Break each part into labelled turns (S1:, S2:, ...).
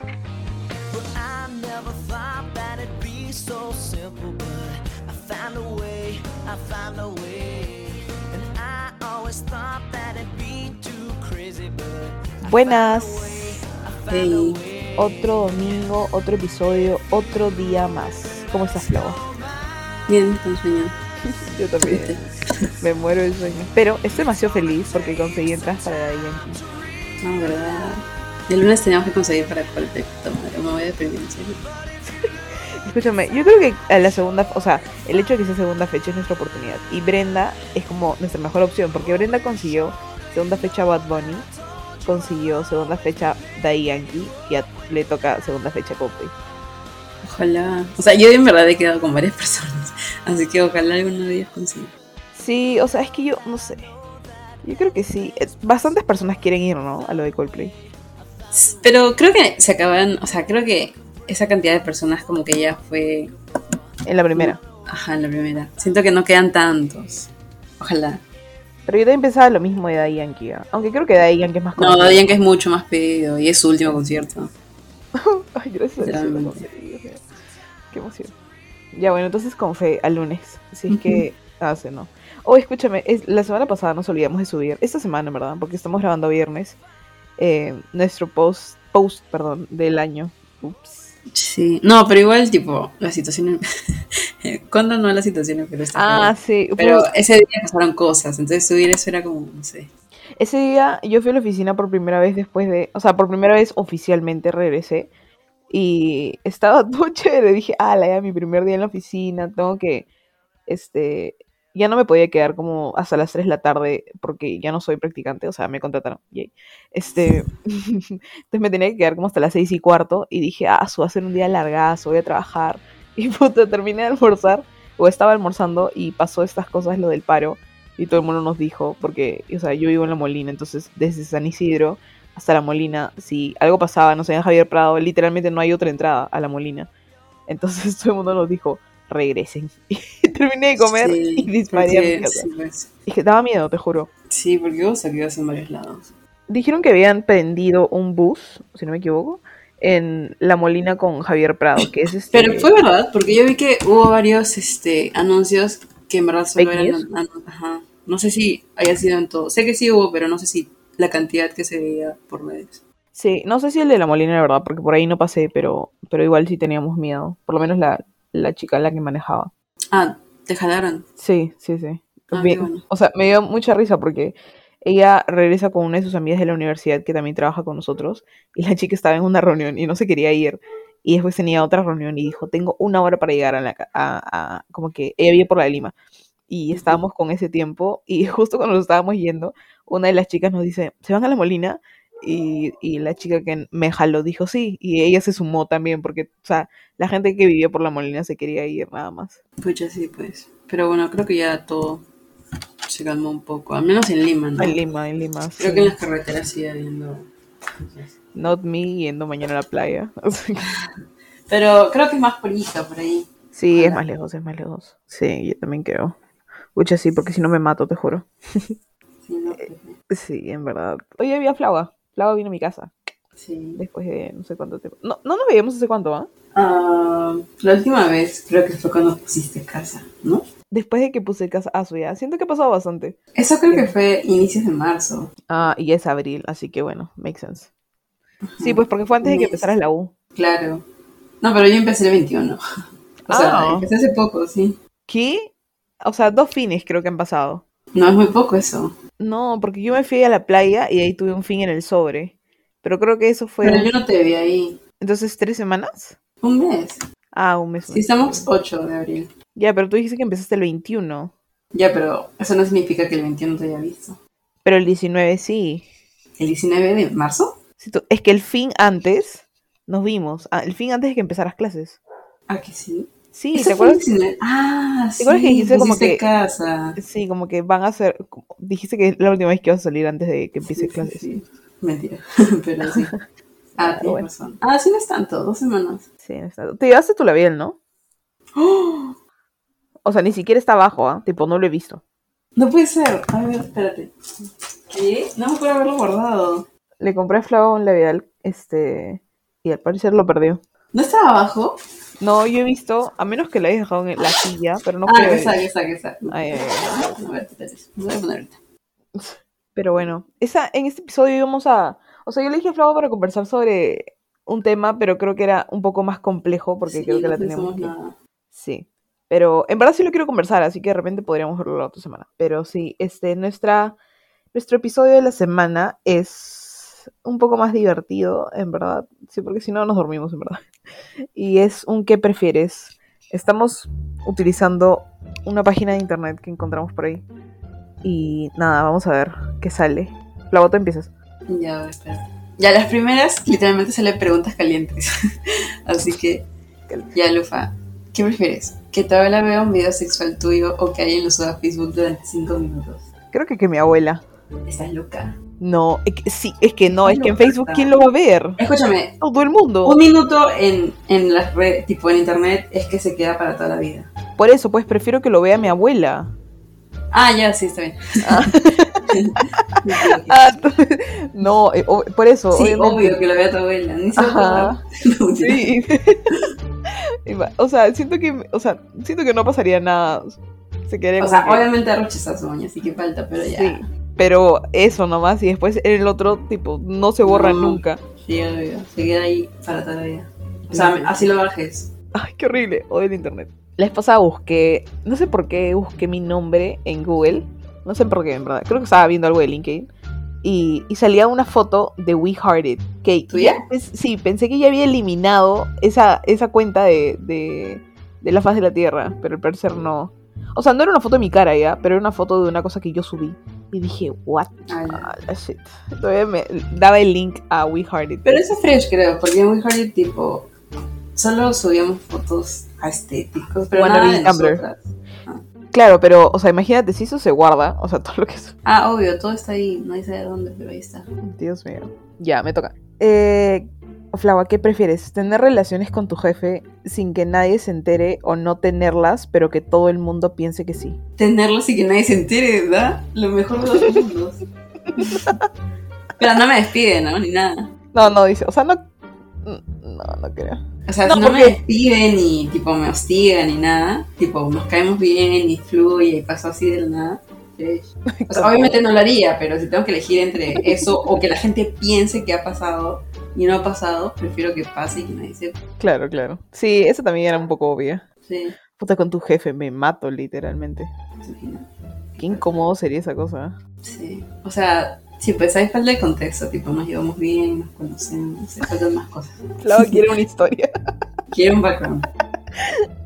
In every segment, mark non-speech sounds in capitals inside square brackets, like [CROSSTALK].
S1: Well, I never thought that it'd be so simple, but I found a way, I found a way. And I always thought that it'd be too crazy, but
S2: Buenas,
S3: Hey,
S2: otro domingo, otro episodio, otro día más. ¿Cómo estás, Flo?
S3: bien, con sueño.
S2: Yo también, me muero del sueño. Pero estoy demasiado feliz porque conseguí entradas para la Yankee.
S3: No, ¿verdad? El lunes teníamos que conseguir para perfecto, madre. Me voy a deprimir, en serio.
S2: Escúchame, yo creo que a la segunda, o sea, el hecho de que sea segunda fecha es nuestra oportunidad. Y Brenda es como nuestra mejor opción, porque Brenda consiguió segunda fecha Bad Bunny, consiguió segunda fecha Daddy Yankee y a- le toca segunda fecha Coldplay.
S3: Ojalá. O sea, yo en verdad he quedado con varias [LAUGHS] personas. Así que ojalá alguno de ellos consiga.
S2: Sí, o sea, es que yo no sé. Yo creo que sí. Es- Bastantes personas quieren ir, ¿no? A lo de Coldplay.
S3: Pero creo que se acaban. O sea, creo que esa cantidad de personas como que ya fue.
S2: En la primera.
S3: Ajá, la primera. Siento que no quedan tantos. Ojalá.
S2: Pero yo también pensaba lo mismo de Daddy Yankee. ¿ah? Aunque creo que Daddy Yankee es más
S3: No,
S2: conocido.
S3: digan que es mucho más pedido y es su último concierto.
S2: [LAUGHS] Ay, gracias. al cielo,
S3: Literalmente.
S2: conseguí, Dios mío. Qué emoción. Ya, bueno, entonces con fe al lunes. Si es que hace, ¿no? Oh, escúchame, es, la semana pasada nos olvidamos de subir. Esta semana, en ¿verdad? Porque estamos grabando viernes. eh, nuestro post, post, perdón, del año. Ups.
S3: Sí. No, pero igual, tipo, la situación. [LAUGHS] ¿Cuándo no la situación? Pero está
S2: Ah, sí.
S3: Pero
S2: Uf,
S3: ese día pasaron cosas, entonces subir eso era como, no sé.
S2: Ese día yo fui a la oficina por primera vez después de, o sea, por primera vez oficialmente regresé y estaba [LAUGHS] todo chévere. Dije, ah, ya mi primer día en la oficina, tengo que, este, ya no me podía quedar como hasta las 3 de la tarde porque ya no soy practicante, o sea, me contrataron, yay. Este, [LAUGHS] entonces me tenía que quedar como hasta las 6 y cuarto y dije, ah, su va a ser un día largazo, voy a trabajar. [LAUGHS] Y puta, terminé de almorzar o estaba almorzando y pasó estas cosas, lo del paro y todo el mundo nos dijo, porque, o sea, yo vivo en La Molina, entonces desde San Isidro hasta La Molina, si algo pasaba, no sé, en Javier Prado, literalmente no hay otra entrada a La Molina. Entonces [LAUGHS] todo el mundo nos dijo, regresen. [LAUGHS] Y terminé de comer
S3: Sí,
S2: y disparé a mi
S3: porque-
S2: casa.
S3: Sí, pues.
S2: Y que daba miedo, te juro.
S3: Sí, porque hubo saqueos en varios lados.
S2: Dijeron que habían prendido un bus, si no me equivoco, en La Molina con Javier Prado, que es este...
S3: Pero fue verdad, porque yo vi que hubo varios este, anuncios que en verdad solo
S2: Fake
S3: eran.
S2: news.
S3: an- ajá. No sé si haya sido en todo. Sé que sí hubo, pero no sé si la cantidad que se veía por medios.
S2: Sí, no sé si el de la Molina, la verdad, porque por ahí no pasé, pero, pero igual sí teníamos miedo. Por lo menos la, la chica la que manejaba.
S3: Ah, te jalaron.
S2: Sí, sí, sí.
S3: Ah,
S2: Vi-
S3: qué bueno.
S2: O sea, me dio mucha risa porque ella regresa con una de sus amigas de la universidad que también trabaja con nosotros y la chica estaba en una reunión y no se quería ir y después tenía otra reunión y dijo, tengo una hora para llegar a la... ca- A, a-". como que ella vive por la de Lima y
S3: Ujú.
S2: estábamos con ese tiempo y [LAUGHS] justo cuando nos estábamos yendo, una de las chicas nos dice, ¿se van a la Molina? Y, y la chica que me jaló dijo sí y ella se sumó también porque, o sea, la gente que vivía por la Molina se quería ir nada más.
S3: Pues ya sí, pues. Pero bueno, creo que ya todo se calmó un poco. Al menos en Lima, ¿no?
S2: En Lima, en Lima.
S3: Creo
S2: sí.
S3: que en las carreteras sigue habiendo cosas.
S2: Not me yendo mañana a la playa. [LAUGHS]
S3: Pero creo que es más por hija, por ahí.
S2: sí, es
S3: Ojalá.
S2: más lejos, es más lejos. Sí, yo también creo. Mucho sí, porque si no me mato, te juro.
S3: Sí, no,
S2: Eh.
S3: pues, no.
S2: Sí, en verdad. Hoy había Flava. Flava vino a mi casa
S3: Sí.
S2: después de no sé cuánto tiempo. No, no nos veíamos hace cuánto, ¿ah?
S3: Ah, la última vez creo que fue cuando pusiste casa, ¿no?
S2: Después de que puse casa a su ya. Siento que ha pasado bastante.
S3: Eso creo que fue inicios de marzo.
S2: Ah, y es abril, así que bueno, makes sense. Sí, pues porque fue antes de que
S3: Mes.
S2: empezaras la U.
S3: Claro. No, pero yo empecé el 21. [LAUGHS] O
S2: Ah.
S3: sea, empecé hace poco, sí.
S2: ¿Qué? O sea, dos fines creo que han pasado.
S3: No, es muy poco eso.
S2: No, porque yo me fui a la playa y ahí tuve un fin en el sobre. Pero creo que eso fue.
S3: Pero yo no te vi ahí.
S2: Entonces, ¿tres semanas?
S3: Un mes.
S2: Ah, un mes.
S3: Sí, estamos 8 de abril.
S2: Ya, pero tú dijiste que empezaste el 21.
S3: Ya, pero eso no significa que el 21 te haya visto.
S2: Pero el 19 sí.
S3: ¿El 19 de marzo?
S2: Si tú- es que el fin antes nos vimos. Ah, el fin antes de que empezaras clases.
S3: Ah, que sí.
S2: Sí,
S3: ¿Ese
S2: ¿te
S3: fue el
S2: acuerdas?
S3: 19? Ah, sí.
S2: acuerdas que dijiste como
S3: pusiste
S2: que-
S3: casa?
S2: Sí, como que van a ser. como- dijiste que es la última vez que vas a salir antes de que empieces
S3: Sí, sí,
S2: clases.
S3: sí. Mentira, [LAUGHS] pero
S2: [LAUGHS]
S3: sí. Ah, tienes
S2: bueno.
S3: razón. Ah, sí, no es tanto, dos semanas.
S2: Sí, está- Te llevaste tu labial, ¿no?
S3: ¡Oh!
S2: O sea, ni siquiera está abajo, ¿ah? Tipo, no lo he visto.
S3: No puede ser. A ver, espérate. ¿Qué? No me puedo haberlo guardado.
S2: le compré a Flava un labial, este, y al parecer lo perdió.
S3: ¿No estaba abajo?
S2: No, yo he visto, a menos que lo hayas dejado en la silla, pero no
S3: ah,
S2: creo.
S3: que está, que está, que está.
S2: Ay, ay, ay.
S3: A ver, espérate, lo voy a poner ahorita.
S2: Pero bueno, esa, en este episodio íbamos a. O sea, yo le dije a Flava para conversar sobre un tema, pero creo que era un poco más complejo, porque
S3: Sí,
S2: creo que
S3: no
S2: la
S3: pensamos
S2: tenemos. que-
S3: nada.
S2: Sí. Pero en verdad sí lo quiero conversar, así que de repente podríamos verlo la otra semana. Pero sí, este, nuestra, nuestro episodio de la semana es un poco más divertido, en verdad. Sí, porque si no nos dormimos, en verdad. [LAUGHS] Y es un ¿qué prefieres? Estamos utilizando una página de internet que encontramos por ahí. Y nada, vamos a ver qué sale. La bota empiezas.
S3: Ya, a ver, espérate. Ya, las primeras literalmente se le preguntas calientes. [LAUGHS] Así que, ya, Lufa, ¿qué prefieres? ¿Que tu abuela vea un video sexual tuyo o que alguien lo suba a Facebook durante 5 minutos?
S2: Creo que que mi abuela.
S3: Estás loca.
S2: No, es que- sí, es que no,
S3: Ay,
S2: es
S3: no,
S2: que en Facebook
S3: verdad.
S2: ¿quién lo va a ver?
S3: Escúchame,
S2: Todo el mundo.
S3: un minuto en, en las redes, tipo en internet, es que se queda para toda la vida.
S2: Por eso, pues prefiero que lo vea mi abuela.
S3: Ah, ya, sí, está bien.
S2: Ah.
S3: [LAUGHS]
S2: [LAUGHS] no, eh, o- por eso.
S3: Ah, sí,
S2: obviamente.
S3: obvio que lo vea tu abuela. Ni se va a
S2: Ajá.
S3: acordar. [LAUGHS] No, mentira.
S2: Sí. [LAUGHS] Y va- o sea, siento que, o sea, siento que no pasaría nada. Se quedaría
S3: O
S2: como
S3: sea,
S2: que-
S3: obviamente arrochaza su moña, así que falta, pero ya.
S2: Sí. Pero eso nomás y después el otro tipo no se borra
S3: No.
S2: nunca.
S3: Sí, obvio. Se queda ahí para toda la vida. O sea, así lo bajes.
S2: Ay, qué horrible. Odio el internet. La vez pasada busqué, no sé por qué busqué mi nombre en Google. No sé por qué, en verdad. Creo que estaba viendo algo de LinkedIn. Y, y salía una foto de We Heart It. Que
S3: ¿Tuya?
S2: ya- pues, sí, pensé que ya había eliminado esa, esa cuenta de, de, de la faz de la Tierra. Pero al parecer no. O sea, no era una foto de mi cara ya, pero era una foto de una cosa que yo subí. Y dije, what
S3: Ah, ya.
S2: the shit. Todavía me daba el link a We Heart It.
S3: Pero eso es fresh, creo, porque en WeHeart, tipo, solo subíamos fotos estéticos, pero
S2: Wannabe
S3: nada de
S2: Tumblr.
S3: nosotras.
S2: Claro, pero, o sea, imagínate, si eso se guarda, o sea, [LAUGHS] todo lo que es
S3: Ah, obvio, todo está ahí, no sé de dónde, pero ahí está.
S2: Dios mío. Ya, me toca. Eh, Flava, ¿qué prefieres? ¿Tener relaciones con tu jefe sin que nadie se entere o no tenerlas, pero que todo el mundo piense que sí?
S3: Tenerlo sin que nadie se entere, ¿verdad? Lo mejor de
S2: [LAUGHS]
S3: los mundos. pero no me despiden, ¿no? Ni nada.
S2: No, no, dice, o sea, no. No, no creo.
S3: O sea,
S2: No,
S3: si no me
S2: porque-
S3: despiden y tipo me hostigan ni nada, tipo nos caemos bien y fluye y pasó así de la nada. fresh. O sea, obviamente no lo haría, pero si tengo que elegir entre eso o que la gente piense que ha pasado y no ha pasado, prefiero que pase y que nadie sepa.
S2: Claro, claro. Sí, eso también era un poco obvia.
S3: Sí,
S2: Puta, con tu jefe me mato, literalmente.
S3: ¿te imaginas?
S2: Qué incómodo sería esa cosa.
S3: Sí. O sea, si pues hay falta de contexto, tipo nos llevamos bien, nos conocemos, se faltan más cosas.
S2: [LAUGHS] Flava quiere una historia.
S3: Quiero un background.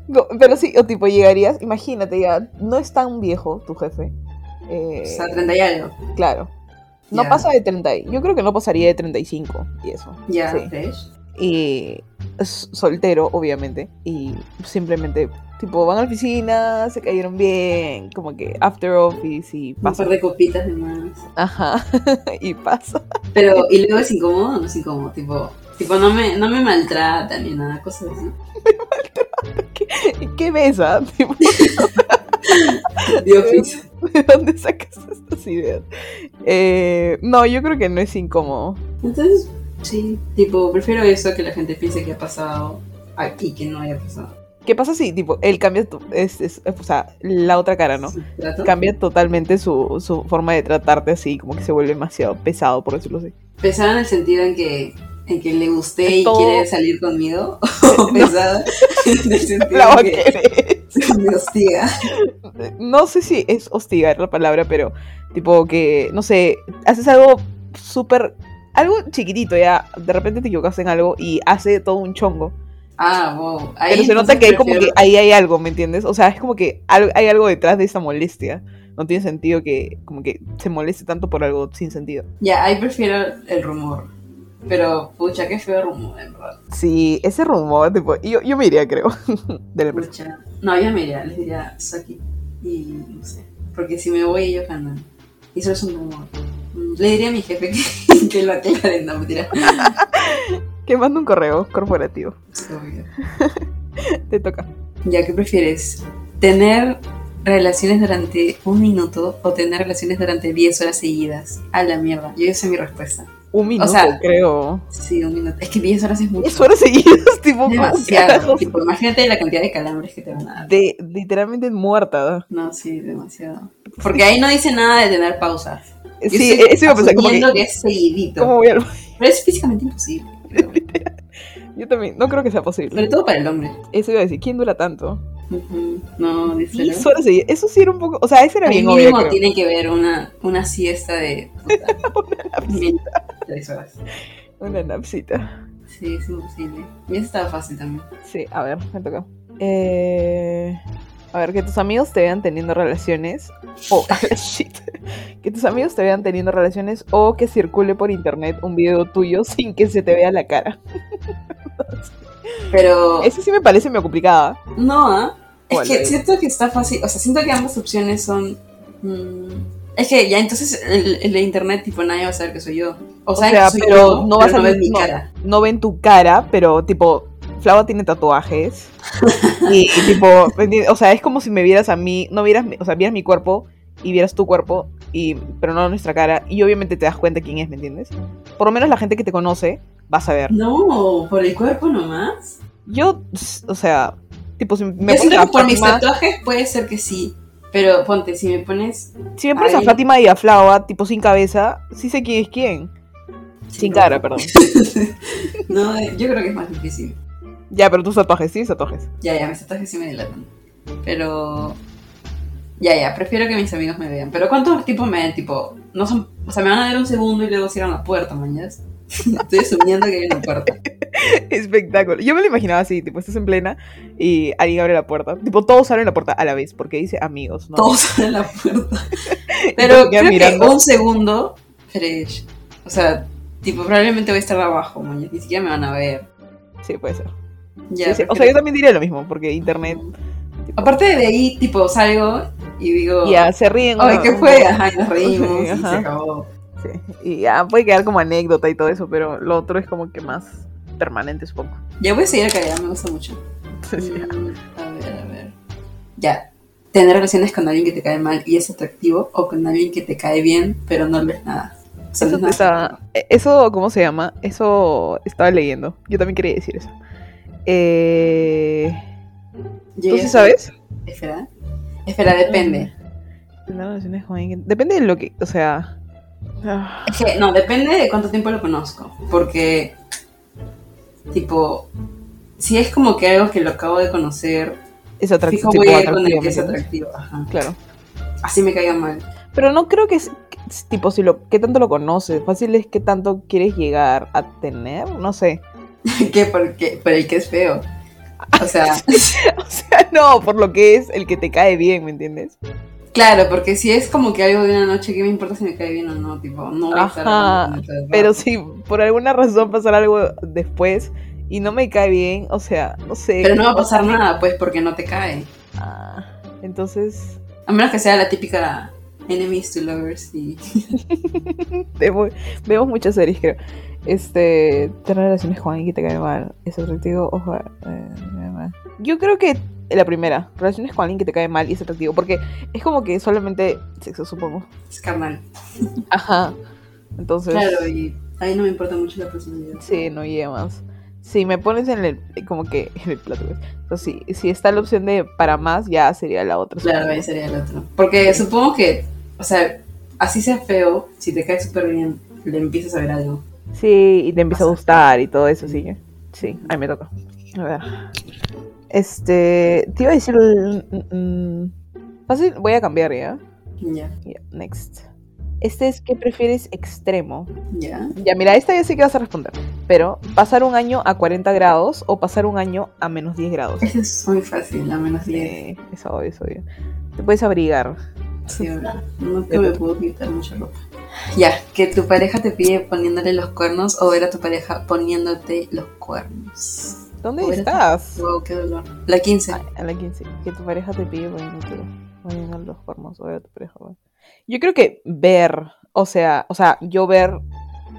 S2: No, pero sí, o tipo, llegarías, imagínate, ya, no es tan viejo tu jefe. Eh,
S3: O sea, 30 y algo.
S2: Claro. No
S3: Ya.
S2: pasa de 30. y- Yo creo que no pasaría de 35 y eso.
S3: Ya,
S2: Sí.
S3: fresh.
S2: Y es soltero, obviamente. Y simplemente, tipo, van a la oficina, se cayeron bien, como que after office y
S3: Un
S2: pasa.
S3: par de copitas de más.
S2: Ajá. [LAUGHS] y pasa.
S3: Pero, ¿y luego es incómodo o no es incómodo? Tipo, tipo no, me, no me maltratan ni nada, cosas
S2: [LAUGHS]
S3: así.
S2: ¿Y qué ves? ah? [LAUGHS] Tipo,
S3: The Office.
S2: ¿De dónde sacas estas ideas? Eh, no, yo creo que no es incómodo.
S3: Entonces, sí, tipo, prefiero eso que la gente piense que ha pasado aquí, que no haya pasado.
S2: ¿Qué pasa si, tipo, él cambia, tu- es, es- o sea, la otra cara, ¿no?
S3: ¿Sí? ¿Trato?
S2: cambia totalmente su, su forma de tratarte así, como que se vuelve demasiado pesado, por decirlo así.
S3: ¿Pesada en el sentido en que, en que le gusté y
S2: Todo.
S3: quiere salir conmigo? [LAUGHS]
S2: [LAUGHS]
S3: ¿O pesada en el sentido
S2: La va a
S3: en que
S2: querer.
S3: [LAUGHS] me hostiga?
S2: No sé si es hostigar la palabra, pero tipo que, no sé, haces algo súper, algo chiquitito ya, de repente te equivocas en algo y hace todo un chongo.
S3: Ah, wow. Ahí
S2: Pero se
S3: entonces
S2: nota que hay como que
S3: prefiero-
S2: ahí hay algo, ¿me entiendes? O sea, es como que al- hay algo detrás de esa molestia. No tiene sentido que como que se moleste tanto por algo sin sentido.
S3: Ya, ahí prefiero el rumor. Pero, pucha, qué feo rumor, en verdad.
S2: Sí, ese rumor, tipo, yo, yo me iría, creo, [LAUGHS] de la empresa.
S3: Pucha. No, yo me iría, les diría Saki y no sé. Porque si me voy ellos ganan. Y eso es un rumor. Mm, Le diría a mi jefe que, [LAUGHS] que lo aclaren, no mentira.
S2: Que manda un correo corporativo.
S3: Sí, obvio.
S2: Te toca.
S3: Ya, ¿qué prefieres? ¿Tener relaciones durante un minuto o tener relaciones durante 10 horas seguidas? A la mierda. Yo hice mi respuesta.
S2: Un minuto,
S3: sea,
S2: creo.
S3: Sí, un minuto. Es que 10 horas es mucho.
S2: Es horas seguidas, [LAUGHS] tipo, ¿cómo
S3: Demasiado.
S2: carajos?
S3: Tipo, imagínate la cantidad de calambres que te van a dar.
S2: De, literalmente muerta.
S3: No, sí, demasiado. Porque ahí no dice nada de tener pausas. Yo
S2: Sí,
S3: estoy
S2: eso iba a pensar, como que,
S3: asumiendo que es seguidito.
S2: ¿cómo voy al
S3: Pero es físicamente imposible. creo.
S2: [LAUGHS] Yo también, no creo que sea posible.
S3: Sobre todo para el hombre.
S2: Eso iba a decir, ¿quién dura tanto?
S3: Ujú. No, dice.
S2: Y
S3: ¿no?
S2: solo seguía- Eso sí era un poco. O sea, ese era
S3: Al
S2: bien obvio.
S3: mínimo
S2: creo.
S3: tiene que ver una, una siesta
S2: [LAUGHS]
S3: de puta, mínimo tres horas.
S2: Una napsita.
S3: Sí, es imposible. Y eso estaba fácil también.
S2: Sí, a ver, me toca. Eh, a ver, que tus amigos te vean teniendo relaciones. O. [LAUGHS] shit. Que tus amigos te vean teniendo relaciones o que circule por internet un video tuyo [LAUGHS] sin que se te vea la cara.
S3: Pero
S2: Eso sí me parece medio ¿eh? complicada.
S3: no, ¿ah?
S2: ¿Cuál
S3: es que
S2: es?
S3: siento que está fácil. O sea, siento que ambas opciones son. mm, es que ya entonces el, el de internet, tipo, nadie va a saber que soy yo. O, saben
S2: sea,
S3: que soy
S2: pero
S3: yo,
S2: no va a
S3: pero
S2: salir-
S3: ven mi
S2: no.
S3: cara.
S2: no ven tu cara, pero tipo, Flava tiene tatuajes. Y, y, tipo, ¿me entiendes? o sea, es como si me vieras a mí, no vieras, mi- o sea, vieras mi cuerpo y vieras tu cuerpo, y, pero no nuestra cara. Y obviamente te das cuenta quién es, ¿me entiendes? Por lo menos la gente que te conoce va a saber.
S3: No, por el cuerpo nomás.
S2: Yo, s- o sea, tipo, si me
S3: yo
S2: pones
S3: siento
S2: a
S3: que por mis
S2: Fátima,
S3: tatuajes puede ser que sí. Pero ponte, si me pones.
S2: si me pones a
S3: Ay.
S2: Fátima y a Flava, tipo, sin cabeza, sí sé quién es quién. Sin cara,
S3: [LAUGHS]
S2: perdón.
S3: no, eh, yo creo que es más difícil.
S2: Ya, pero tus tatuajes, sí, tatuajes. [LAUGHS]
S3: Ya, ya, mis tatuajes sí me dilatan. Pero. Ya, ya, prefiero que mis amigos me vean. Pero ¿cuánto tiempo me den? Tipo, no son. O sea, me van a dar un segundo y luego cierran la puerta, mañas. [LAUGHS] Estoy asumiendo que hay una puerta.
S2: Espectáculo. Yo me lo imaginaba así, tipo, estás en plena y alguien abre la puerta. Tipo, todos abren la puerta a la vez, porque dice amigos, ¿no?
S3: Todos abren la puerta.
S2: [LAUGHS] Y tú
S3: Pero
S2: te quedas
S3: creo que
S2: mirando.
S3: un segundo. Fresh. O sea, tipo, probablemente voy a estar abajo, mañas. Ni siquiera me van a ver.
S2: Sí, puede ser.
S3: Ya,
S2: Sí, sí. O sea, yo
S3: prefiero-
S2: también diría lo mismo, porque internet. tipo,
S3: Aparte de ahí, tipo, salgo y digo.
S2: Ya, se ríen.
S3: Ay,
S2: ¿no?
S3: ¿qué
S2: [LAUGHS]
S3: fue? Ajá, y nos reímos
S2: Sí,
S3: y
S2: ajá.
S3: se acabó.
S2: Sí. Y ya, puede quedar como anécdota y todo eso, pero lo otro es como que más permanente, supongo. [LAUGHS]
S3: Ya voy a seguir acá, ya me gusta mucho.
S2: Entonces, ya.
S3: Mm, A ver, a ver. Ya. Tener relaciones con alguien que te cae mal y es atractivo o con alguien que te cae bien, pero no lo es nada. O sea,
S2: Eso,
S3: no es nada
S2: está- e,
S3: atractivo.
S2: eso, ¿cómo se llama? Eso estaba leyendo. Yo también quería decir eso. Eh,
S3: Yo
S2: ¿Tú
S3: ya
S2: sí
S3: sé.
S2: sabes? Mm.
S3: Espera. Espera, depende.
S2: Tener relaciones con alguien que- Depende de lo que. O sea. ah.
S3: Es que, no, depende de cuánto tiempo lo conozco. Porque, tipo, si es como que algo que lo acabo de conocer,
S2: es atractivo.
S3: fijo voy
S2: tipo
S3: a ir con el
S2: atractivo,
S3: que es
S2: ¿me entiendes?
S3: atractivo. Ajá.
S2: Claro.
S3: Así me caiga mal. [LAUGHS]
S2: Pero no creo que es, que es tipo si lo qué tanto lo conoces, fácil es qué tanto quieres llegar a tener, no sé. [LAUGHS]
S3: ¿Qué? Porque, por el que es feo. O sea,
S2: [LAUGHS] O sea, no, por lo que es el que te cae bien, ¿me entiendes?
S3: Claro, porque si es como que algo de una noche, ¿qué me importa si me cae bien o no? Tipo, no voy a estar
S2: Ajá,
S3: hablando con él todo el
S2: Pero
S3: rato.
S2: si por alguna razón pasar algo después y no me cae bien, o sea, no sé.
S3: Pero no va a pasar nada, pues, porque no te cae.
S2: Ah, entonces
S3: A menos que sea la típica enemies to lovers y...
S2: te voy- vemos muchas series, creo. Este, tener relaciones con alguien que te cae mal, es atractivo, ojo, eh, me cae mal. Yo creo que la primera, relaciones con alguien que te cae mal y es atractivo, porque es como que solamente sexo, supongo.
S3: es carnal.
S2: Ajá. Entonces,
S3: Claro, y a mí no me importa mucho la personalidad.
S2: Pues, sí, no llevas. Si me pones en el, como que en el plato, pues. Entonces, si, si está la opción de para más, ya sería la otra.
S3: Claro, ahí sería el otro. Porque supongo que, o sea, así sea feo, si te cae súper bien, le empiezas a ver algo.
S2: Sí, y te empieza a
S3: Pasa.
S2: gustar y todo eso, sí. que- Sí, ahí me toca. A ver. Este, te iba a decir, mm, mm, fácil, voy a cambiar ya.
S3: Ya,
S2: Ya, next. Este es que prefieres extremo.
S3: ya.
S2: Ya, mira, esta ya sé que vas a responder. Pero, ¿pasar un año a 40 grados o pasar un año a menos 10 grados?
S3: Eso es muy fácil, a menos que...
S2: Sí, es obvio, es obvio. Te puedes abrigar.
S3: Sí, ¿verdad? Nunca me puedo quitar mucha ropa. Ya, que tu pareja te pide poniéndole los cuernos o ver a tu pareja poniéndote los cuernos.
S2: ¿Dónde
S3: Pobre
S2: estás?
S3: Wow, qué dolor. La 15.
S2: Ah, A la 15. Que tu pareja te pide poniéndote poniendo los cuernos. O ver a tu pareja. bueno. Yo creo que ver, o sea, o sea, yo ver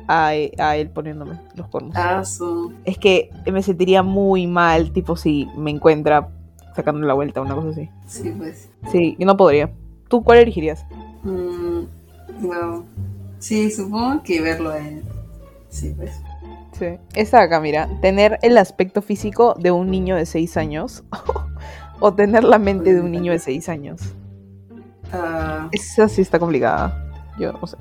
S2: a, e- a él poniéndome los cuernos.
S3: Ah, su-
S2: Es que me sentiría muy mal, tipo, si me encuentra sacando la vuelta o una cosa así.
S3: Sí, pues.
S2: Sí, yo no podría. ¿Tú cuál elegirías?
S3: Mm, wow. Sí, supongo que verlo a él. Sí, pues.
S2: Sí. Esta acá, mira, tener el aspecto físico de un niño de 6 años [LAUGHS] o tener la mente de un niño de 6 años.
S3: Ah,
S2: Esa sí está complicada. Yo no sé.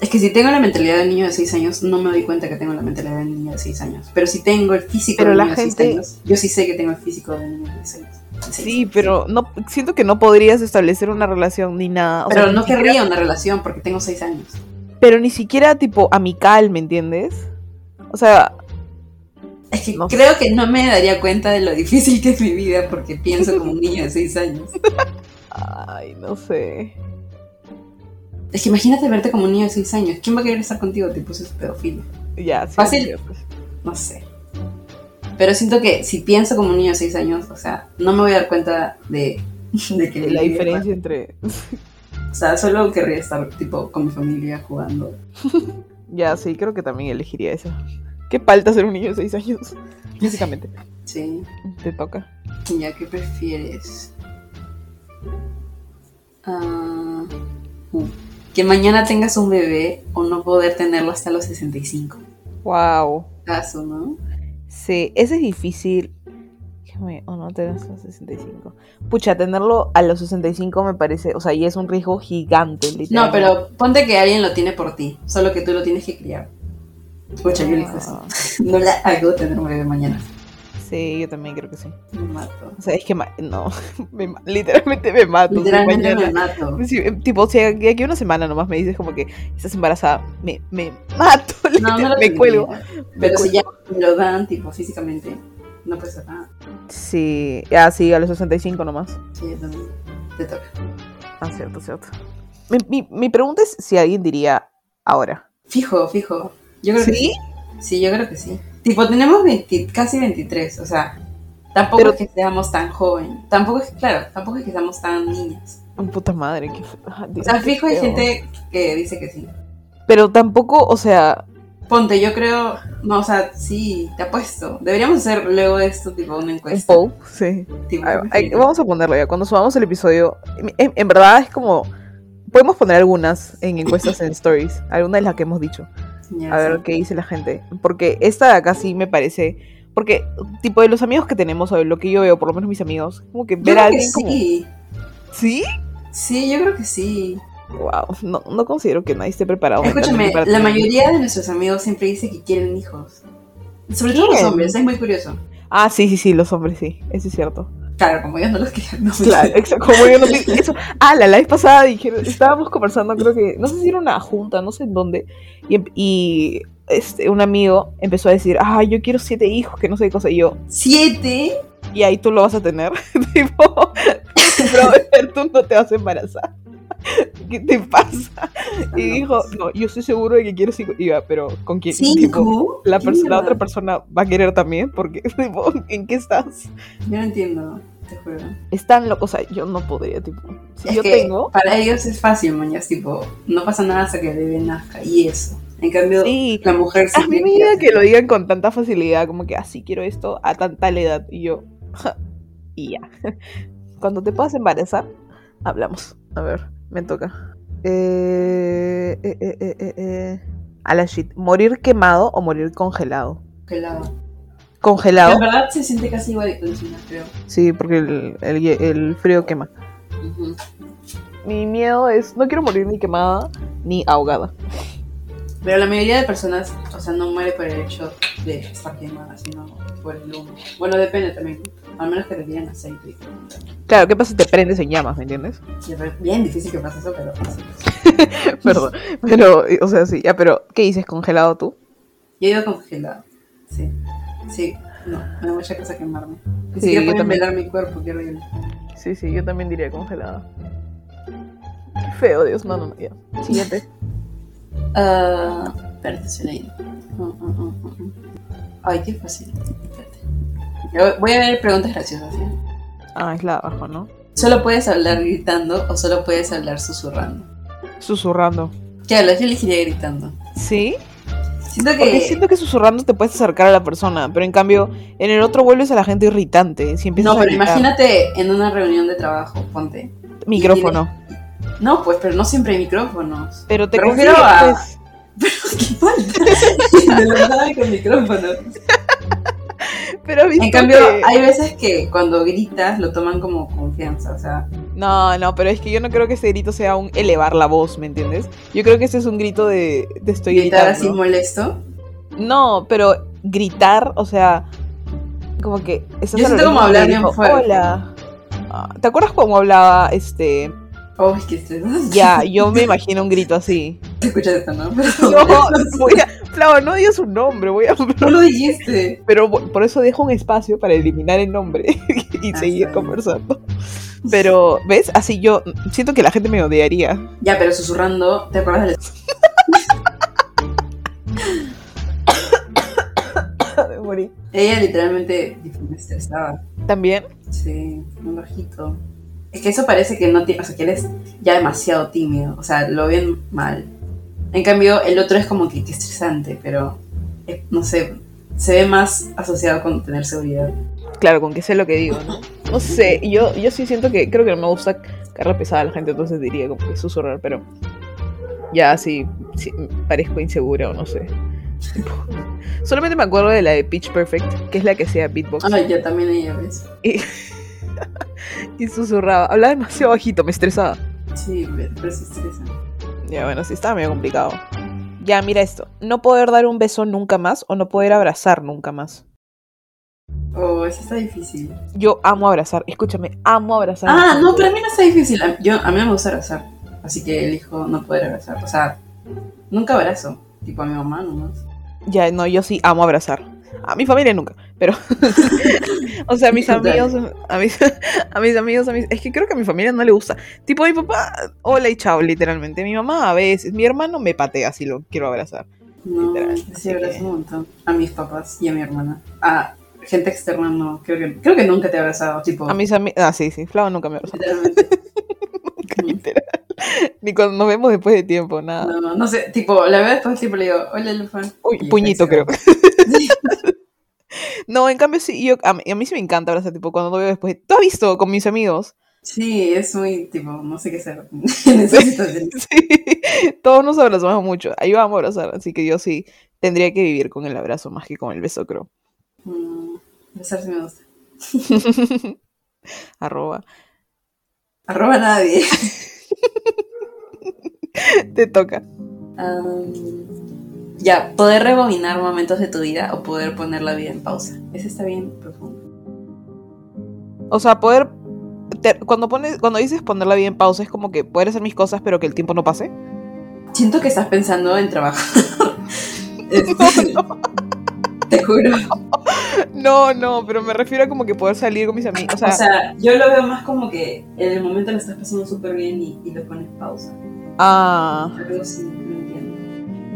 S3: es que si tengo la mentalidad del niño de 6 años, no me doy cuenta que tengo la mentalidad del niño de 6 años. Pero si tengo el físico
S2: Pero
S3: del
S2: la
S3: niño de 6
S2: gente-
S3: años, yo sí sé que tengo el físico del niño de 6
S2: Sí, pero no siento que no podrías establecer una relación ni nada. O sea,
S3: Pero
S2: ni
S3: no
S2: siquiera-
S3: querría una relación porque tengo 6 años.
S2: Pero ni siquiera tipo amical, ¿me entiendes? O sea,
S3: Es que
S2: No sé.
S3: creo que no me daría cuenta de lo difícil que es mi vida porque pienso como un niño de 6 años.
S2: ay, no sé.
S3: Es que imagínate verte como un niño de 6 años. ¿Quién va a querer estar contigo? Tipo, eso es pedofilia.
S2: Ya, sí,
S3: Fácil.
S2: no sé, pues.
S3: No sé. Pero siento que si pienso como un niño de 6 años, o sea, no me voy a dar cuenta [LAUGHS] de, de que mi
S2: La
S3: vida-
S2: diferencia entre.
S3: O sea, solo querría estar tipo con mi familia jugando.
S2: Ya, sí, creo que también elegiría esa. Qué falta ser un niño de 6 años. [LAUGHS] Físicamente.
S3: Sí.
S2: Te toca.
S3: ¿Y ya qué prefieres? Ah, uh, que mañana tengas un bebé o no poder tenerlo hasta los 65.
S2: Wow.
S3: Caso, ¿no?
S2: Sí, ese es difícil. Déjame, o no tenerlo a los 65. Pucha, tenerlo a los 65 me parece. O sea, y es un riesgo gigante,
S3: No,
S2: literalmente.
S3: pero ponte que alguien lo tiene por ti, solo que tú lo tienes que criar. Pucha, yo elijo eso.
S2: Ah,
S3: No la hago tener un bebé mañana.
S2: Sí, yo también creo que sí.
S3: Me mato.
S2: O sea, es que. ma- No. [LAUGHS] me ma- literalmente me mato. si
S3: Literalmente
S2: mañana-
S3: me
S2: [LAUGHS]
S3: mato.
S2: si- eh, tipo, si aquí aquí una semana nomás me dices como que estás embarazada, me, me mato, [LAUGHS]
S3: No,
S2: literal-
S3: no lo
S2: me
S3: tendría.
S2: cuelgo.
S3: Pero si
S2: cuelgo.
S3: ya me lo dan, tipo, físicamente, no pasa nada.
S2: Sí, ah, sí, a los 65 nomás.
S3: Sí, yo también. Te toca.
S2: Ah, cierto, cierto. Mi, mi- mi pregunta es si alguien diría ahora.
S3: Fijo, fijo. Yo creo que
S2: ¿Sí?
S3: Sí, yo creo que sí. Tipo, tenemos 20 casi 23, o sea, tampoco
S2: Pero-
S3: es que seamos tan joven, tampoco es, claro, tampoco es que seamos tan niñas.
S2: Oh, Puta madre. qué fe- ah,
S3: O
S2: Dios,
S3: sea,
S2: qué
S3: fijo hay
S2: feo.
S3: gente que dice que sí.
S2: Pero tampoco, o sea,
S3: Ponte, yo creo, no, o sea, sí, te apuesto. Deberíamos hacer luego de esto, tipo, una
S2: un
S3: encuesta.
S2: poll, sí.
S3: tipo,
S2: Ah,
S3: ¿qué
S2: hay-
S3: prefieres?
S2: vamos a ponerlo ya. Cuando subamos el episodio, en, en- en verdad es como. Podemos poner algunas en encuestas en stories. Algunas de las que hemos dicho.
S3: Ya,
S2: A ver
S3: sí.
S2: qué dice la gente. Porque esta de acá sí me parece. Porque, tipo, de los amigos que tenemos, o de lo que yo veo, por lo menos mis amigos, como que
S3: Yo
S2: ver a
S3: creo que
S2: alguien como.
S3: sí,
S2: ¿Sí?
S3: sí, yo creo que sí.
S2: Wow, no, no considero que nadie esté preparado.
S3: Escúchame,
S2: mentalmente para
S3: la
S2: tener-
S3: mayoría de nuestros amigos siempre dice que quieren hijos. Sobre todo los
S2: ¿Quién?
S3: hombres, es muy curioso.
S2: Ah, sí, sí, sí, los hombres, sí, eso es cierto.
S3: Claro, como ellos no los quieren. no.
S2: [LAUGHS] Claro, exacto. Como yo no sé, eso. Ah, la live pasada dijeron, estábamos conversando, creo que, no sé si era una junta, no sé en dónde, y, em- y este, un amigo empezó a decir, ah, yo quiero siete hijos, que no sé qué cosa, y yo,
S3: [LAUGHS] Siete.
S2: y ahí tú lo vas a tener. [LAUGHS] tipo, brother, tú no te vas a embarazar. [LAUGHS] ¿Qué te pasa? Y
S3: no,
S2: dijo, no, pues. yo estoy seguro de que quiero cinco. Y va, pero ¿con quién? Tipo,
S3: ¿Cinco?
S2: la,
S3: ¿Qué
S2: persona, la
S3: mierda?
S2: otra persona va a querer también, porque, [LAUGHS] tipo, ¿en qué estás?
S3: Yo no entiendo, te juro.
S2: Es tan loco, o sea, yo no podría, tipo, si
S3: Es
S2: yo
S3: que
S2: tengo.
S3: Para ellos es fácil, mañas, tipo, no pasa nada hasta que el bebé nazca y eso. En cambio,
S2: Sí,
S3: la mujer sí
S2: a mí
S3: tiene
S2: me
S3: que
S2: diga
S3: hacer-
S2: que lo digan con tanta facilidad, como que así quiero esto a tan tal edad. Y yo, ja, y ya. [LAUGHS] Cuando te puedas embarazar, hablamos. A ver, me toca. Eh, eh, eh, eh, eh, eh. A la shit. ¿Morir quemado o morir congelado?
S3: que la-
S2: ¿Congelado?
S3: En verdad se siente casi igual de cocina, creo.
S2: Sí, porque el, el, el frío quema.
S3: Ujú.
S2: Mi miedo es, no quiero morir ni quemada ni ahogada.
S3: Pero la mayoría de personas, o sea, no muere por el hecho de estar quemada, sino por el humo. Bueno, depende también. Al menos que le tiren aceite. y cosas.
S2: Claro, ¿qué pasa si te prendes en llamas, me entiendes? [LAUGHS]
S3: Y es Bien difícil que pase eso, pero pasa.
S2: Perdón. Pero, o sea, sí, ya, pero, ¿qué dices? ¿Congelado tú?
S3: Yo iba congelada. Sí. Sí. No, me da mucha cosa quemarme. Ni
S2: Sí,
S3: siquiera
S2: yo
S3: pueden
S2: también.
S3: velar mi cuerpo, qué horrible.
S2: Sí, sí, yo también diría congelada. Qué feo, Dios, no, no, no, ya. Siguiente.
S3: Ah, espérate, se leí. Mm, mm, mm, mm, mm. Ay, qué fácil. Espérate. Yo Voy a ver preguntas graciosas. ¿sí?
S2: Ah, es la de abajo, ¿no?
S3: ¿Solo puedes hablar gritando o solo puedes hablar susurrando?
S2: Susurrando.
S3: Claro, yo elegiría gritando.
S2: ¿Sí?
S3: Siento
S2: Porque
S3: que.
S2: siento que susurrando te puedes acercar a la persona, pero en cambio, en el otro vuelves a la gente irritante. Si empiezas
S3: No, pero
S2: a gritar,
S3: imagínate en una reunión de trabajo, ponte.
S2: Micrófono.
S3: No, pues, pero no siempre hay micrófonos. [LAUGHS]
S2: Pero te
S3: Me refiero
S2: consiguen,
S3: a-
S2: pues.
S3: Pero qué falta. [LAUGHS] De la nada con micrófono.
S2: Pero viste
S3: En cambio,
S2: que-
S3: hay veces que cuando gritas lo toman como confianza, o sea,
S2: No, no, pero es que yo no creo que ese grito sea un elevar la voz, ¿me entiendes? Yo creo que ese es un grito de te estoy
S3: gritar así
S2: gritando.
S3: molesto.
S2: No, pero gritar, o sea, como que estás
S3: Yo
S2: a lo
S3: siento como
S2: lejos y
S3: hablar
S2: le
S3: bien
S2: dijo,
S3: fuerte.
S2: Hola. Ah, ¿Te acuerdas cómo hablaba este?
S3: Oh, es que estoy... [LAUGHS]
S2: Ya, yo me imagino un grito así.
S3: Se escucha esto, [LAUGHS] ¿no?
S2: [LAUGHS]
S3: Pero- [LAUGHS]
S2: No, voy a, Flau, no digas un nombre, voy a
S3: Tú lo dijiste.
S2: pero bu- por eso dejo un espacio para eliminar el nombre [LAUGHS] y seguir
S3: Ah, está bien.
S2: conversando. Pero, ¿ves? Así yo siento que la gente me
S3: [LAUGHS]
S2: odiaría.
S3: Ya, pero susurrando, ¿te acuerdas del...
S2: Me morí.
S3: Ella literalmente tipo, me estresaba.
S2: También.
S3: Sí, un bajito. Es que eso parece que no tiene... O sea, que eres ya demasiado tímido. O sea, lo ven mal. En cambio, el otro es como que, que estresante, pero... eh, no sé, se ve más asociado con tener seguridad.
S2: Claro, con que sé lo que digo, ¿no? No sé, yo, yo sí siento que creo que no me gusta carla pesada a la gente, entonces diría como que susurrar, pero ya sí, sí, parezco insegura o no sé. [LAUGHS] Tipo, Solamente me acuerdo de la de Pitch Perfect, que es la que hacía beatbox
S3: Ay, Ah, yo también ella, ¿ves?
S2: y, y susurraba. Hablaba demasiado bajito, me estresaba.
S3: Sí, pero se estresa.
S2: Ya, bueno, sí, estaba medio complicado. Ya, mira esto. No poder dar un beso nunca más o no poder abrazar nunca más.
S3: Oh, eso está difícil.
S2: Yo amo abrazar, escúchame, amo abrazar.
S3: Ah, no, para mí no está difícil. A- Yo, a mí me gusta abrazar. Así que elijo no poder abrazar. O sea, nunca abrazo. Tipo a mi mamá nomás.
S2: Ya, no, yo sí amo abrazar. A mi familia nunca, pero... [LAUGHS] o sea, a mis
S3: Dale.
S2: amigos, a mis, [LAUGHS] a mis amigos, a mis... Es que creo que a mi familia no le gusta. Tipo, mi papá, hola y chao, literalmente. Mi mamá a veces, mi hermano me patea si lo quiero abrazar.
S3: No,
S2: Literal, así
S3: sí abrazo
S2: que-
S3: un montón. A mis papás y a mi hermana. A gente externa no. Creo que, creo que nunca te he abrazado. Tipo,
S2: A mis amigos... Ah, sí, sí, Flava nunca me abrazó, [LAUGHS]
S3: literalmente.
S2: nunca, literal. Ni cuando nos vemos después de tiempo, nada.
S3: No, no, no sé. Tipo, la verdad después tipo, le digo, hola, Lufan.
S2: Uy,
S3: Y
S2: puñito
S3: se va.
S2: creo. [LAUGHS] no, en cambio sí, yo, a, mí, a mí sí me encanta abrazar, tipo, cuando lo veo después, ¿tú has visto con mis amigos?
S3: Sí, es muy tipo, no sé qué hacer. [LAUGHS] Necesito hacer.
S2: [LAUGHS] Sí, todos nos abrazamos mucho, ahí vamos a abrazar, así que yo sí tendría que vivir con el abrazo más que con el beso, creo.
S3: Mm, Besarse me gusta.
S2: Arroba,
S3: Arroba a nadie.
S2: te toca.
S3: Am, ya, poder rebobinar momentos de tu vida o poder poner la vida en pausa. Ese está bien profundo.
S2: O sea, poder, te- cuando, pones, cuando dices poner la vida en pausa es como que poder hacer mis cosas pero que el tiempo no pase. [LAUGHS]
S3: Siento que estás pensando en [LAUGHS] trabajar. Este, Te juro.
S2: No, no, pero me refiero a como que poder salir con mis amigos. O sea,
S3: O sea, yo lo veo más como que en el momento lo estás pasando súper bien y, y le pones pausa.
S2: ah,
S3: Algo así, no entiendo.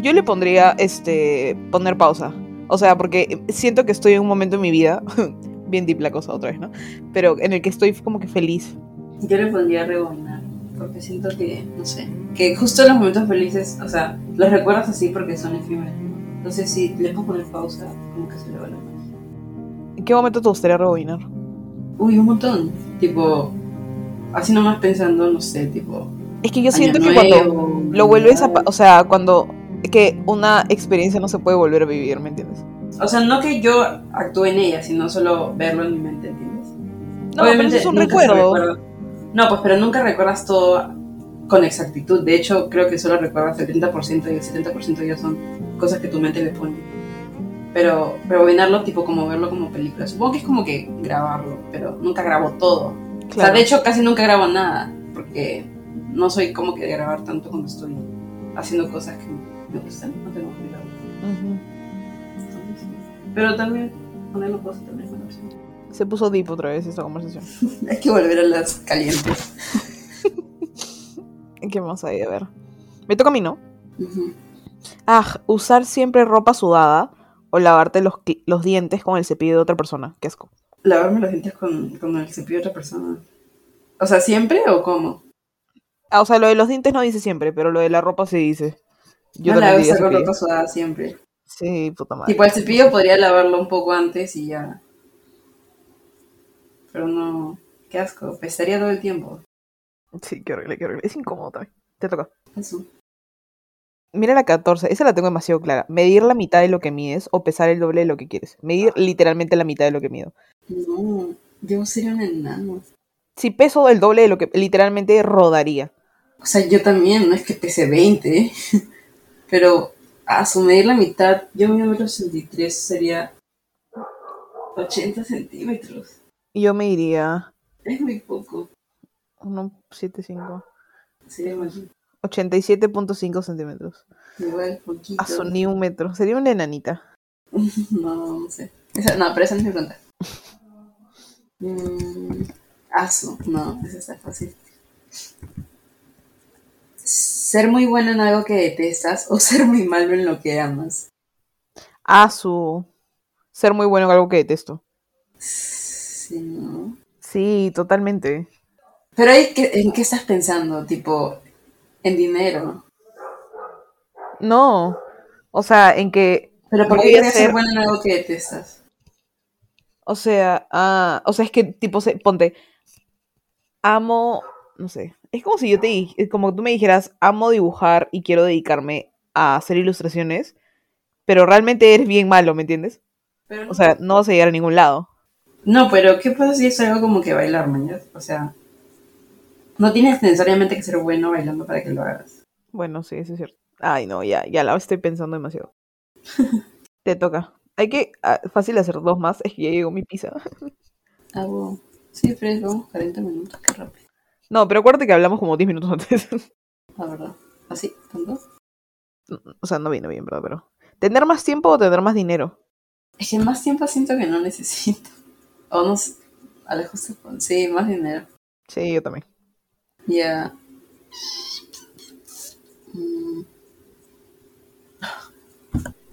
S2: Yo le pondría, este, poner pausa. O sea, porque siento que estoy en un momento en mi vida, [LAUGHS] bien deep la cosa otra vez, ¿no? Pero en el que estoy como que feliz.
S3: Yo le pondría rebobinar. Porque siento que, no sé, que justo los momentos felices, o sea, los recuerdas así porque son efímeros. ¿no? Entonces, si le puedo poner pausa, como que se le va la mano.
S2: ¿En qué momento te gustaría rebobinar?
S3: Uy, un montón. Tipo, así nomás pensando, no sé, tipo.
S2: Es que yo
S3: año
S2: siento que cuando
S3: nuevo,
S2: lo vuelves a... pa-
S3: Navidad.
S2: O sea, cuando... Que una experiencia no se puede volver a vivir, ¿me entiendes?
S3: O sea, no que yo actúe en ella, sino solo verlo en mi mente, ¿entiendes?
S2: No, pero eso es un
S3: nunca se
S2: recuerdo.
S3: recuerda- No, pues, pero nunca recuerdas todo con exactitud. De hecho, creo que solo recuerdas el 30% y el 70% ya son cosas que tu mente le pone. Pero rebobinarlo, tipo, como verlo como película. Supongo que es como que grabarlo, pero nunca grabo todo. O sea,
S2: Claro.
S3: de hecho casi nunca grabo nada, porque no soy como que de grabar tanto cuando estoy haciendo cosas que me gustan, no tengo que grabar.
S2: Ujú.
S3: Entonces, Pero también ponerlo cosas también es buena opción.
S2: Se puso deep otra vez esta conversación.
S3: Hay que volver a las calientes.
S2: ¿Qué más hay? A ver. Me toca a mí, ¿no? Ah, usar siempre ropa sudada o lavarte los, cl- los dientes con el cepillo de otra persona. Qué asco.
S3: Lavarme los dientes con, con el cepillo de otra persona. O sea, ¿siempre o cómo?
S2: Ah, o sea, lo de los dientes no dice siempre, pero lo de la ropa sí dice. Yo
S3: no la
S2: también diría
S3: uso con
S2: cepillo.
S3: ropa sudada siempre.
S2: Sí, puta madre.
S3: Tipo, el cepillo podría lavarlo un poco antes y ya. Pero no, qué asco, pestaría todo el tiempo.
S2: Sí, qué horrible, qué horrible. Es incómodo también. Te toca.
S3: Eso.
S2: mira la 14, esa la tengo demasiado clara. Medir la mitad de lo que mides o pesar el doble de lo que quieres. Medir literalmente la mitad de lo que mido.
S3: No, yo sería un enano.
S2: Si peso el doble de lo que literalmente rodaría.
S3: O sea, yo también, no es que pese 20, ¿eh? [LAUGHS] pero a medir la mitad, yo mido 1,63 sería 80 centímetros.
S2: Yo me iría
S3: Es muy poco.
S2: 1,75.
S3: Sería muy-
S2: 87.5 centímetros.
S3: igual poquito.
S2: A su ni un metro. Sería una enanita.
S3: No, no sé. Esa- no, pero esa no es mi pregunta. Mm, aso, no, esa está fácil. Ser muy bueno en algo que detestas o ser muy malo en lo que amas.
S2: A su ser muy bueno en algo que detesto.
S3: Sí, no.
S2: Sí, totalmente.
S3: Pero ahí, ¿qué- ¿en qué estás pensando? Tipo, en dinero.
S2: No. O sea, en que.
S3: Pero ¿por qué
S2: Voy a
S3: quieres ser
S2: ser-
S3: bueno en algo que detestas?
S2: O sea, ah, o sea, es que tipo, se- ponte. Amo. No sé. Es como si yo te di- es como tú me dijeras, amo dibujar y quiero dedicarme a hacer ilustraciones. Pero realmente eres bien malo, ¿me entiendes?
S3: Pero-
S2: O sea, no vas a llegar a ningún lado.
S3: no, pero ¿qué pasa si es algo como que bailar, mañana? O sea, no tienes necesariamente que ser bueno bailando para que lo hagas.
S2: Bueno, sí, eso es cierto. Ay, no, ya, ya la estoy pensando demasiado. Te toca. Hay que. ah, fácil hacer dos más. Es que ya llegó mi pizza. [LAUGHS] Ah,
S3: Hago. Sí, Fred, vamos 40 minutos, qué rápido.
S2: No, pero acuérdate que hablamos como 10 minutos antes. [LAUGHS]
S3: La verdad. ¿Así? ¿Tanto?
S2: o sea, no vino bien, ¿verdad? Pero. ¿Tener más tiempo o tener más dinero?
S3: Es que más tiempo siento que no necesito. [LAUGHS] O no sé. A la justa. con- Sí, más dinero.
S2: Sí, yo también.
S3: Ya. Mm.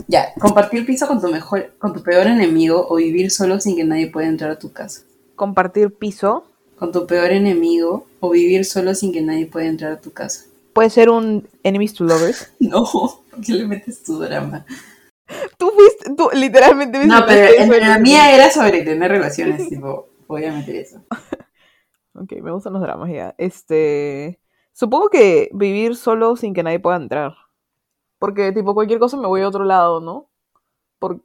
S3: Ya, compartir piso con tu mejor, con tu peor enemigo o vivir solo sin que nadie pueda entrar a tu casa.
S2: Compartir piso
S3: Con tu peor enemigo o vivir solo sin que nadie pueda entrar a tu casa. [LAUGHS]
S2: puede ser un enemies to lovers.
S3: No, ¿por qué le metes tu drama?
S2: [LAUGHS] Tú fuiste, tú literalmente me
S3: No, pero
S2: hiciste
S3: en-
S2: eso,
S3: la
S2: ¿no?
S3: mía era sobre tener [LAUGHS] relaciones, tipo, voy a meter eso.
S2: Ok, me gustan los dramas ya. Este, supongo que vivir solo sin que nadie pueda entrar. Porque tipo cualquier cosa me voy a otro lado, ¿no? Por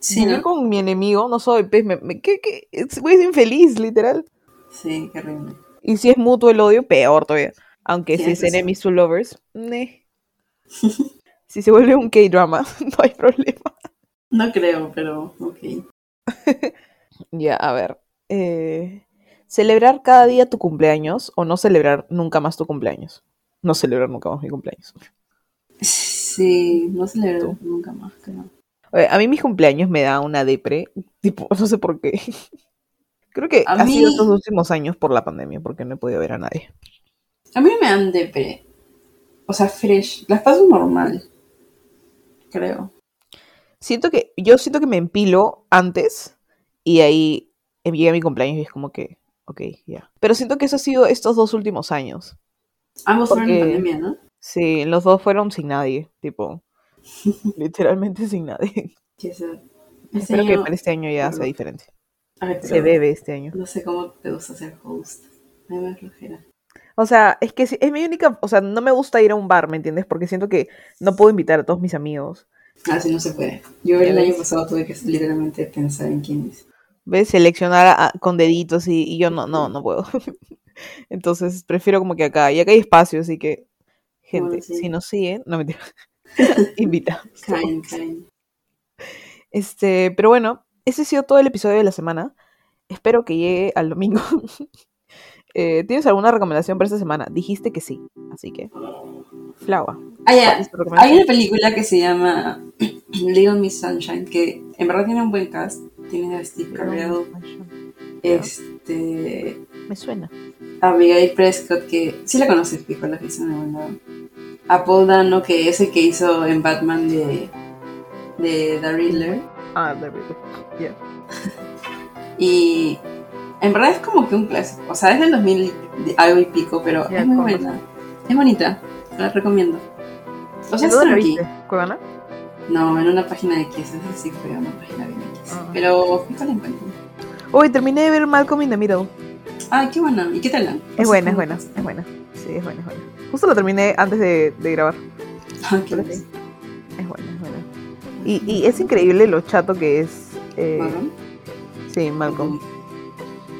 S3: Sí,
S2: vivir
S3: ¿no?
S2: con mi enemigo, no soy pues, me, me- ¿qué- qué? Es- Voy a ser infeliz, literal.
S3: Sí, qué horrible.
S2: Y si es mutuo el odio, peor todavía. Aunque si
S3: Tienes
S2: es
S3: razón.
S2: enemies to lovers, ne. [LAUGHS] si se vuelve un K-drama, [LAUGHS] no hay problema.
S3: No creo, pero ok.
S2: Ya, a ver. eh, ¿Celebrar cada día tu cumpleaños o no celebrar nunca más tu cumpleaños? No celebrar nunca más mi cumpleaños.
S3: Sí, no celebro
S2: Tú.
S3: nunca más, creo.
S2: Oye, a mí mis cumpleaños me da una depre, [LAUGHS] tipo, no sé por qué. [LAUGHS] Creo que
S3: A
S2: ha sido
S3: mí-
S2: estos últimos años por la pandemia, porque no he podido ver a nadie.
S3: A mí no me dan depre. O sea, fresh. Las paso normal. Creo.
S2: Siento que, yo siento que me empilo antes y ahí em, llega mi cumpleaños y es como que, ok, ya. Pero siento que eso ha sido estos dos últimos años.
S3: Ambos fueron en
S2: Porque-
S3: pandemia, ¿no?
S2: Sí, los dos fueron sin nadie,
S3: [LAUGHS]
S2: tipo, literalmente sin nadie.
S3: Que sea. Este
S2: Espero que
S3: año-
S2: para este año ya
S3: Ujú.
S2: sea diferente.
S3: Ay,
S2: Se
S3: pero
S2: bebe este año.
S3: No sé cómo te gusta ser host. A mí me da flojera.
S2: O sea, es que sí, es mi única, o sea, no me gusta ir a un bar, ¿me entiendes? Porque siento que no puedo invitar a todos mis amigos.
S3: Así Ah, no se puede. Yo el
S2: Ya
S3: año
S2: ves.
S3: pasado tuve que literalmente pensar en quién es.
S2: ¿Ves? Seleccionar a- con deditos y, y yo no, no, no puedo. [LAUGHS] Entonces prefiero como que acá. Y acá hay espacio, así que, gente,
S3: Bueno, sí.
S2: si nos siguen, no [LAUGHS] mentira, invita.
S3: Caen, caen.
S2: Este, pero bueno, ese ha sido todo el episodio de la semana. Espero que llegue al domingo. [LAUGHS] Eh, ¿Tienes alguna recomendación para esta semana? Dijiste que sí, así que, Flava.
S3: Ah, ya.
S2: ¿cuál es tu
S3: Hay
S2: recomendación?
S3: una película que se llama [CLEARS THROAT] Little Miss Sunshine, que en verdad tiene un buen cast. Tiene a Steve Carell, este,
S2: Me suena.
S3: a Abigail Prescott, que sí la conoces, pico, la que hizo en algún lado. A Paul Dano, que es el que hizo en Batman de, de The Riddler.
S2: Ah, de verdad.
S3: Y en verdad es como que un clásico. O sea, es del 2000 y- algo y pico, pero
S2: Ya,
S3: es muy
S2: con
S3: buena. Es bonita, la recomiendo. O sea,
S2: ¿En
S3: es
S2: dónde la
S3: tranqui.
S2: viste? ¿Cuevana?
S3: No, en una página de Kiss, esa sí fue una página de Kiss.
S2: Ah.
S3: Pero fijo la encuentro.
S2: Uy, terminé de ver Malcolm in the Middle.
S3: Ah, qué buena. ¿Y qué tal?
S2: Es buena, es buena, es buena. Sí, es buena, es buena. Justo lo terminé antes de, de grabar.
S3: Ok.
S2: Pero sí. Es bueno, es bueno. Y, y es increíble lo chato que es. eh,
S3: Bueno,
S2: Sí, Malcolm.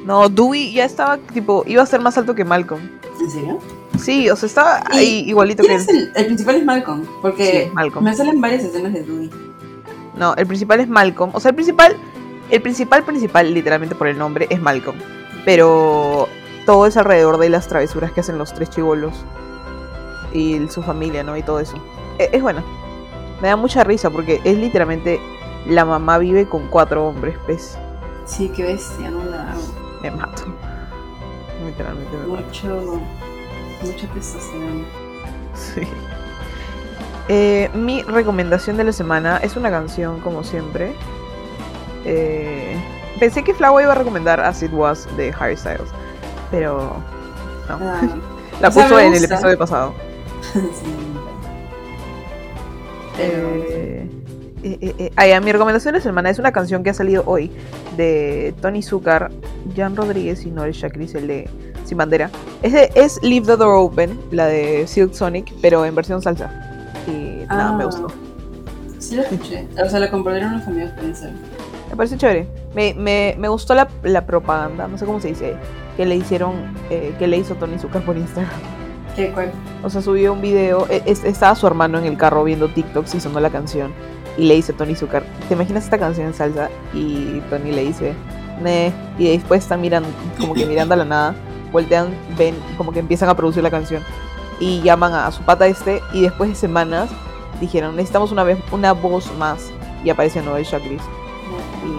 S2: No, Dewey ya estaba, tipo, iba a ser más alto que Malcolm.
S3: ¿En serio?
S2: Sí, o sea, estaba
S3: ¿Y
S2: ahí igualito que
S3: ¿Quién
S2: él.
S3: es el, el principal es Malcolm? Porque
S2: Sí, Malcolm.
S3: me salen varias escenas de Dewey.
S2: No, el principal es Malcolm. O sea, el principal, el principal, principal, literalmente por el nombre, es Malcolm. Pero todo es alrededor de las travesuras que hacen los tres chivolos. Y el- su familia, ¿no? Y todo eso. E- Es, bueno. Me da mucha risa porque es literalmente la mamá vive con cuatro hombres, pues.
S3: Sí, qué bestia, no la hago.
S2: Me mato. Literalmente me mato.
S3: Mucho, mucho testosterona.
S2: Sí. Eh, mi recomendación de la semana es una canción, como siempre. Eh, pensé que Flava iba a recomendar As It Was de Harry Styles, pero no.
S3: Ah,
S2: La
S3: o sea,
S2: puso
S3: me
S2: en el
S3: gusta.
S2: episodio pasado.
S3: sí. Pero,
S2: Eh, eh, eh, eh, ah, ya, mi recomendación de la semana es una canción que ha salido hoy de Tony Zucker, Jan Rodríguez y Noel Chakris, el de Sin Bandera. Es, de- es Leave the Door Open, la de Silk Sonic, pero en versión salsa. Y nada, me
S3: Ah.
S2: gustó.
S3: Sí lo escuché. O sea, lo compartieron unos amigos, pensé.
S2: Me parece chévere. Me, me, me gustó la, la propaganda, no sé cómo se dice, que le hicieron, eh, que le hizo Tony Zucker por Instagram.
S3: ¿Qué, cuál?
S2: O sea, subió un video, e- es- estaba su hermano en el carro viendo TikToks y sonó la canción. Y le dice a Tony Zucker, ¿te imaginas esta canción en salsa? Y Tony le dice, ne. Y después están mirando, como que mirando a la nada, voltean, ven, como que empiezan a producir la canción. Y llaman a, a su pata este, y después de semanas dijeron, necesitamos una vez, una voz más. Y aparece Noel Chakris.
S3: No.
S2: Y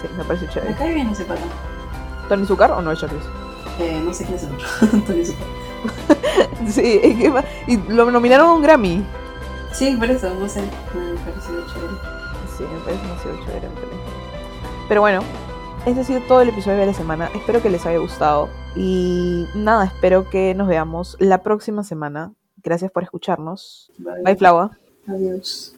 S2: sí, me parece
S3: Me
S2: chévere.
S3: cae bien ese pato.
S2: ¿Tony Zucker o Noel Chakris?
S3: Eh, no sé quién es el otro. [LAUGHS] Tony Zucker.
S2: [LAUGHS] Sí, es que va- y lo nominaron a un Grammy.
S3: Sí, por eso, no sé. Me pareció chévere.
S2: Sí, me parece demasiado chévere. me parece. Pero bueno, este ha sido todo el episodio de la semana. Espero que les haya gustado. Y nada, espero que nos veamos la próxima semana. Gracias por escucharnos. Bye, Flava.
S3: Adiós.